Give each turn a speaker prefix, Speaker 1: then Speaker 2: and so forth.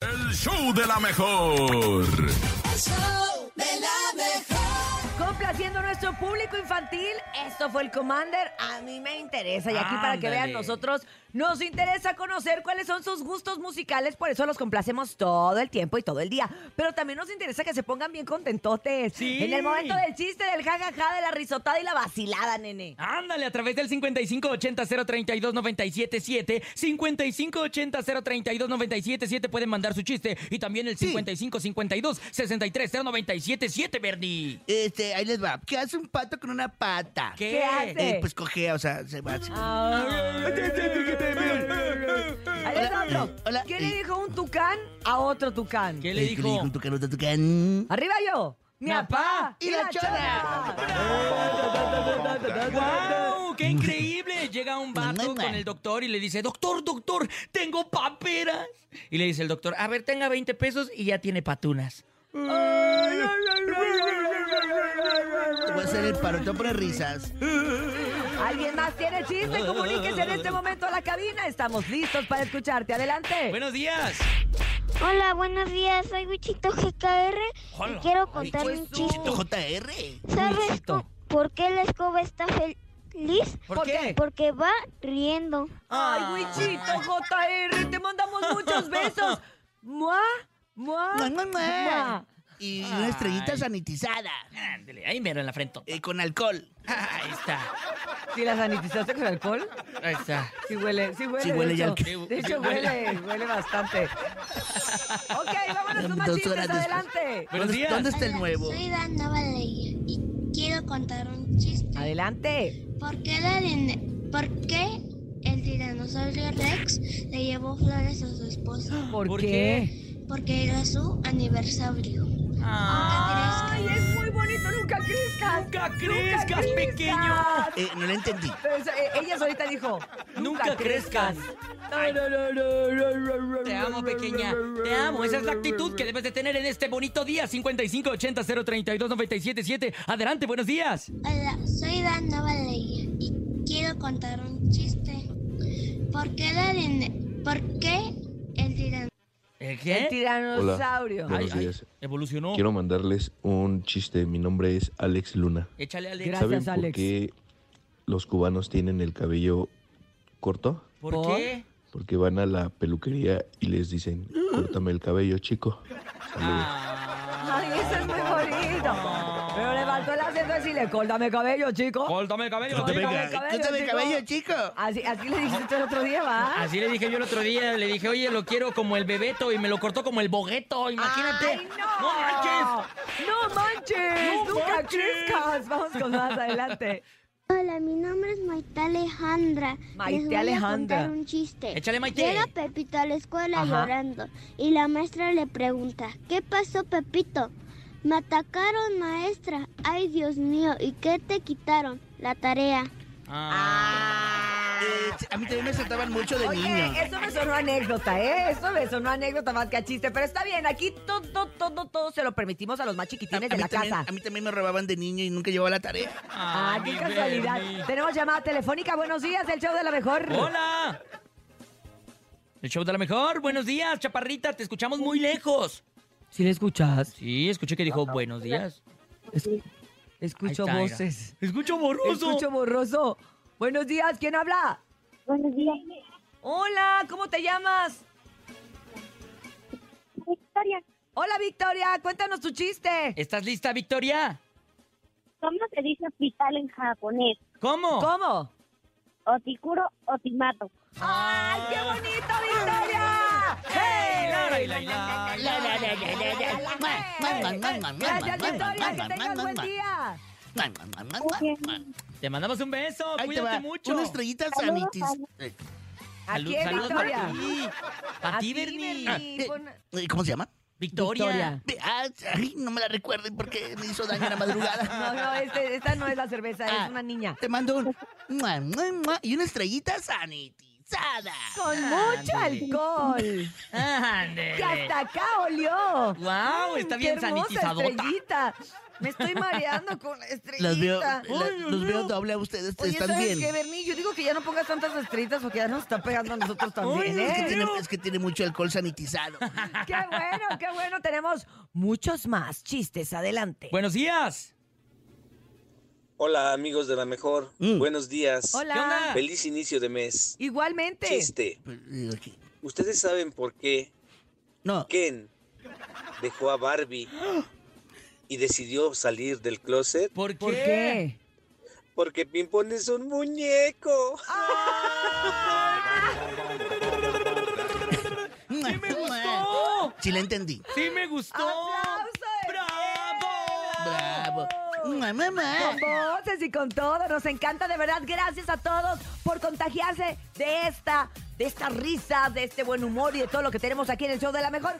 Speaker 1: El show de la mejor.
Speaker 2: El show de la mejor.
Speaker 3: Complaciendo a nuestro público infantil, esto fue el Commander. A mí me interesa. Y aquí para que
Speaker 4: Ándale.
Speaker 3: vean, nosotros nos interesa conocer cuáles son sus gustos musicales. Por eso los complacemos todo el tiempo y todo el día. Pero también nos interesa que se pongan bien contentotes.
Speaker 4: Sí.
Speaker 3: En el momento del chiste, del jajaja, de la risotada y la vacilada, nene.
Speaker 4: Ándale, a través del 5580-032-977, 5580-032-977 pueden mandar su chiste y también el 5552-630977, Bernie.
Speaker 5: Este, ahí les va. ¿Qué hace un pato con una pata?
Speaker 3: ¿Qué Ah, hace?
Speaker 5: Eh, pues cogea, o sea, se va. así.
Speaker 3: Ahí les va otro.
Speaker 5: Hola.
Speaker 3: ¿Qué le dijo un tucán a otro tucán?
Speaker 4: ¿Qué le
Speaker 5: Eh,
Speaker 4: dijo?
Speaker 5: tu canuta, tu can?
Speaker 3: Arriba yo. Mi
Speaker 4: Mi
Speaker 3: papá
Speaker 4: apá
Speaker 5: y la chona.
Speaker 4: ¡Wow! ¡Qué increíble! Llega un vato con el doctor y le dice, doctor, doctor, tengo paperas. Y le dice el doctor, a ver, tenga 20 pesos y ya tiene patunas.
Speaker 5: Te voy a hacer el paro, te voy a poner risas.
Speaker 3: ¿Alguien más tiene chiste? Comuníquese en este momento a la cabina. Estamos listos para escucharte. Adelante.
Speaker 4: Buenos días.
Speaker 6: Hola, buenos días. Soy Wichito GKR
Speaker 4: Hola.
Speaker 6: y quiero contar
Speaker 3: Ay, pues,
Speaker 6: un
Speaker 3: Jesús.
Speaker 6: chiste.
Speaker 5: Tu JR.
Speaker 6: ¿Sabes
Speaker 3: Wichito.
Speaker 6: co- por qué la escoba está feliz?
Speaker 3: ¿Por qué?
Speaker 6: Porque va riendo.
Speaker 3: Ay, Wichito JR, te mandamos muchos besos. ¡Mua! ¡Mua!
Speaker 5: Mua, mua, mua.
Speaker 3: mua.
Speaker 5: Y una estrellita
Speaker 4: Ay.
Speaker 5: sanitizada.
Speaker 4: Ándale, ahí mero en la frente.
Speaker 5: eh, con alcohol.
Speaker 4: Ahí está.
Speaker 3: ¿Sí la sanitizaste con alcohol?
Speaker 4: Ahí está.
Speaker 3: Sí huele, sí huele.
Speaker 5: Sí
Speaker 3: de
Speaker 5: huele ya
Speaker 3: hecho.
Speaker 4: el-
Speaker 3: De hecho,
Speaker 4: sí huele.
Speaker 3: huele, huele bastante. Ok, vámonos con más
Speaker 5: Dos
Speaker 3: chistes.
Speaker 5: horas después.
Speaker 3: Adelante.
Speaker 4: Buenos
Speaker 5: ¿Dónde-
Speaker 4: días.
Speaker 5: ¿Dónde está el nuevo?
Speaker 6: Soy Dan Valeria y quiero contar un chiste.
Speaker 3: Adelante.
Speaker 6: ¿Por qué, el tiranosaurio Rex le llevó flores a su esposa?
Speaker 3: ¿Por,
Speaker 4: ¿Por
Speaker 3: qué?
Speaker 6: Porque era su aniversario.
Speaker 4: Ah.
Speaker 3: Ay, es muy bonito. Nunca crezcas.
Speaker 4: Nunca crezcas, pequeño.
Speaker 5: Eh, no lo entendí.
Speaker 3: Pero eso, eh, ella solita dijo, nunca,
Speaker 4: Nunca
Speaker 3: crezcas.
Speaker 4: crezcas. Ay. Te amo, pequeña. Te amo. Esa es la actitud que debes de tener en este bonito día. 5580-032-977. Adelante, buenos días.
Speaker 6: Hola, soy Dan Valeria y quiero contar un chiste. ¿Por qué la lin- ¿Por qué el tirano?
Speaker 4: ¿Eh?
Speaker 3: El tiranosaurio.
Speaker 7: Hola. Buenos días.
Speaker 3: Oh.
Speaker 4: Evolucionó.
Speaker 7: Quiero mandarles un chiste. Mi nombre es Alex Luna.
Speaker 4: Échale, Alex.
Speaker 3: Gracias.
Speaker 7: ¿Saben por
Speaker 3: Alex.
Speaker 7: qué los cubanos tienen el cabello corto?
Speaker 4: ¿Por,
Speaker 3: ¿Por?
Speaker 4: qué?
Speaker 7: Porque van a la peluquería y les dicen, córtame el cabello, chico. Saludos.
Speaker 3: Ay, eso es muy bonito. Pero le faltó el acento y decirle, córdame cabello, chico.
Speaker 4: Córtame el cabello.
Speaker 3: Córtame el
Speaker 4: chico.
Speaker 3: cabello.
Speaker 5: Córtame el cabello, chico.
Speaker 3: Así, así le dijiste el otro día, ¿va?
Speaker 4: Así le dije yo el otro día, le dije, oye, lo quiero como el bebeto y me lo cortó como el bogueto, imagínate.
Speaker 3: ¡Ay, no!
Speaker 4: ¡No manches!
Speaker 3: ¡No manches!
Speaker 4: ¡No
Speaker 3: ¡Nunca
Speaker 4: manches!
Speaker 3: crezcas! Vamos con más, adelante.
Speaker 6: Hola, mi nombre es Maite Alejandra.
Speaker 3: Maite
Speaker 6: Les voy a
Speaker 3: Alejandra.
Speaker 6: contar un chiste.
Speaker 4: Échale, Maite.
Speaker 6: Llega Pepito a la escuela
Speaker 3: Ajá.
Speaker 6: llorando y la maestra le pregunta, ¿qué pasó Pepito? Me atacaron maestra. Ay, Dios mío, ¿y qué te quitaron? La tarea.
Speaker 4: Ah.
Speaker 5: Eh, a mí también me saltaban mucho de niño.
Speaker 3: Oye, eh, eso me sonó anécdota, ¿eh? Eso me sonó anécdota más que a chiste. Pero está bien, aquí todo, todo, todo se lo permitimos a los más
Speaker 5: A, a
Speaker 3: chiquitines de
Speaker 5: mí
Speaker 3: la
Speaker 5: también,
Speaker 3: casa.
Speaker 5: a mí también me robaban de niño y nunca llevaba la tarea.
Speaker 3: Ah, qué
Speaker 4: mi
Speaker 3: casualidad.
Speaker 4: Bernie.
Speaker 3: Tenemos llamada telefónica. Buenos días, el show de la mejor.
Speaker 4: ¡Hola! El show de la mejor. Buenos días, chaparrita. Te escuchamos muy lejos.
Speaker 3: ¿Sí le escuchas?
Speaker 4: Sí, escuché que dijo buenos días.
Speaker 3: Escucho
Speaker 4: Ahí está, mira.
Speaker 3: voces.
Speaker 4: Escucho borroso.
Speaker 3: Escucho borroso. Buenos días, ¿quién habla?
Speaker 6: Buenos días.
Speaker 3: Hola, ¿cómo te llamas?
Speaker 6: Victoria,
Speaker 3: Hola, Victoria, cuéntanos tu chiste.
Speaker 4: ¿Estás lista, Victoria?
Speaker 6: ¿cómo se dice hospital en japonés?
Speaker 4: ¿Cómo?
Speaker 3: ¿Cómo?
Speaker 6: Otikuro o te mato.
Speaker 3: ¡Ay, qué bonito, Victoria!
Speaker 4: Ah. ¡Hey! La, la, la, la,
Speaker 5: la, la, la, la, la, la.
Speaker 3: Gracias, Victoria, que tengas buen día.
Speaker 4: Te mandamos un beso.
Speaker 5: Ahí te
Speaker 4: Cuídate
Speaker 5: va.
Speaker 4: mucho.
Speaker 5: Una estrellita
Speaker 6: Saludos,
Speaker 5: sanitis. eh,
Speaker 3: Aquí
Speaker 4: Salud-
Speaker 3: es
Speaker 4: saludos
Speaker 3: Victoria.
Speaker 4: para ti. Para
Speaker 3: A
Speaker 4: ti,
Speaker 3: ti,
Speaker 4: Bernie.
Speaker 3: Bernie.
Speaker 4: Ah,
Speaker 3: Y pon-
Speaker 5: eh, ¿Cómo se llama?
Speaker 4: Victoria.
Speaker 3: Victoria.
Speaker 5: Ve- ah, Ay, no me la recuerden porque me hizo daño en la madrugada.
Speaker 3: No, no, este- esta no es la cerveza,
Speaker 5: Ah.
Speaker 3: es una niña.
Speaker 5: Te mando un... mua, mua, mua, y una estrellita sanitis. emborrachada.
Speaker 3: Con mucho alcohol. Que hasta acá olió. Mm,
Speaker 4: Wow, está
Speaker 3: Qué
Speaker 4: bien
Speaker 3: hermosa
Speaker 4: sanitizadota.
Speaker 3: estrellita. Me estoy mareando con la estrellita.
Speaker 5: Los veo, la-
Speaker 3: Ay, Dios
Speaker 5: los veo
Speaker 3: mío.
Speaker 5: doble a ustedes,
Speaker 3: Oye,
Speaker 5: están
Speaker 3: ¿sabes
Speaker 5: bien.
Speaker 3: qué, Bernie? Yo digo que ya no pongas tantas estrellitas porque ya nos está pegando a nosotros
Speaker 5: Es
Speaker 3: también,
Speaker 5: que,
Speaker 3: ¿eh?
Speaker 5: tiene, es que tiene mucho alcohol sanitizado.
Speaker 3: ¡Qué bueno, qué bueno! Tenemos muchos más chistes. Adelante.
Speaker 4: Buenos días.
Speaker 8: Hola amigos de la mejor,
Speaker 5: Mm.
Speaker 8: buenos días.
Speaker 3: Hola.
Speaker 4: ¿Qué onda?
Speaker 8: Feliz inicio de mes.
Speaker 3: Igualmente.
Speaker 8: Chiste.
Speaker 5: pues, Digo, ¿qué?
Speaker 8: ¿Ustedes saben por qué
Speaker 5: No,
Speaker 8: Ken dejó a Barbie y decidió salir del closet?
Speaker 4: ¿Por qué?
Speaker 3: ¿Por qué?
Speaker 8: Porque Pimpón es un muñeco.
Speaker 4: ¡Sí me gustó!
Speaker 5: sí la entendí.
Speaker 4: ¡Sí me gustó!
Speaker 3: ¡Aplauso de
Speaker 4: ¡Bravo!
Speaker 5: Bravo. Mua, mamá.
Speaker 3: Con voces y con todo, nos encanta de verdad. Gracias a todos por contagiarse de esta, de esta risa, de este buen humor y de todo lo que tenemos aquí en el show de la mejor.